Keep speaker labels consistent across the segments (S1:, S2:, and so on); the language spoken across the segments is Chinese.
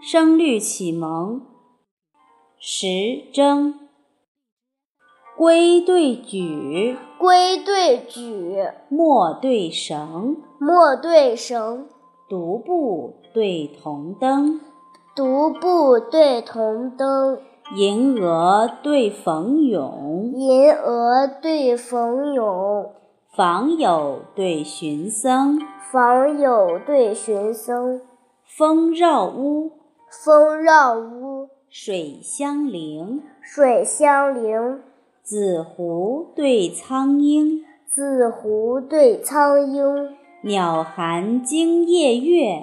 S1: 声律启蒙，时征，规对矩，
S2: 规对矩，
S1: 墨对绳，
S2: 墨对绳，
S1: 独步对铜灯，
S2: 独步对铜灯，
S1: 银娥对冯咏，
S2: 银娥对冯咏，
S1: 访友对寻僧，
S2: 访友对寻僧，
S1: 风绕屋，
S2: 风绕屋，
S1: 水相邻，
S2: 水相邻，
S1: 紫狐对苍鹰，
S2: 紫狐对苍鹰，
S1: 鸟含惊夜月，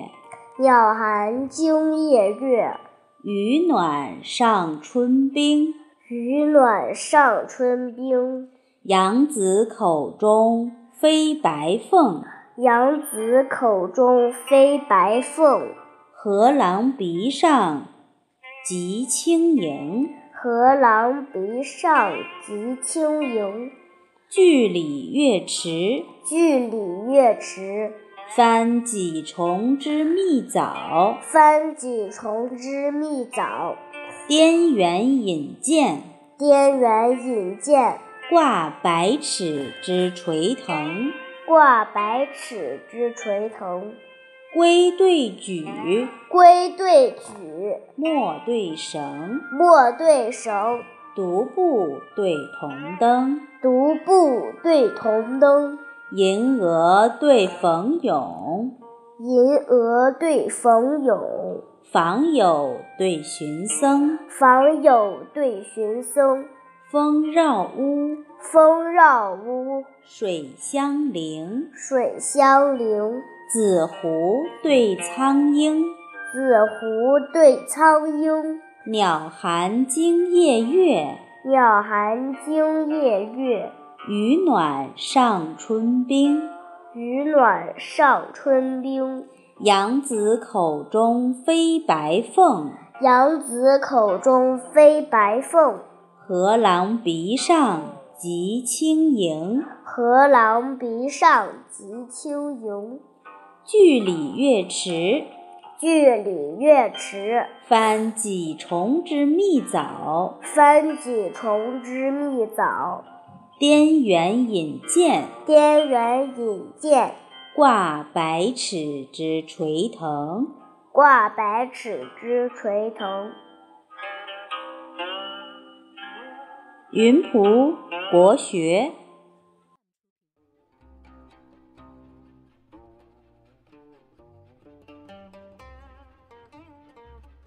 S2: 鸟含惊夜月，
S1: 鱼暖上春冰。
S2: 鱼暖上春冰。
S1: 扬子口中飞白凤，
S2: 扬子口中飞白凤，
S1: 荷郎鼻上集轻盈。
S2: 何郎鼻上即轻盈。
S1: 句里月池，
S2: 句里月池，
S1: 翻几重之密枣。
S2: 翻几重之蜜枣。
S1: 滇原引荐，
S2: 滇原引荐，
S1: 挂百尺之垂藤。
S2: 挂百尺之垂藤。
S1: 归对举，
S2: 归对举，
S1: 墨对绳，
S2: 墨对绳，
S1: 独步对铜灯，
S2: 独步对铜灯，
S1: 银娥对冯咏，
S2: 银娥对冯咏，
S1: 访友对寻僧，
S2: 访友对寻僧，
S1: 风绕屋，
S2: 风绕屋，
S1: 水相邻，
S2: 水相邻，
S1: 紫狐对苍鹰，
S2: 紫狐对苍鹰，
S1: 鸟含惊夜月，
S2: 鸟含惊夜月，
S1: 鱼暖上春冰。
S2: 鱼暖上春冰。
S1: 扬子口中飞白凤，
S2: 扬子口中飞白凤，
S1: 荷郎鼻上集轻盈。
S2: 何郎鼻上即轻盈。
S1: 句里月池，
S2: 句里月池，
S1: 翻几重之密枣。
S2: 翻几重之蜜枣。
S1: 滇原引荐，
S2: 滇原引荐，
S1: 挂百尺之垂藤。
S2: 挂百尺之垂藤。
S1: 云浦国学。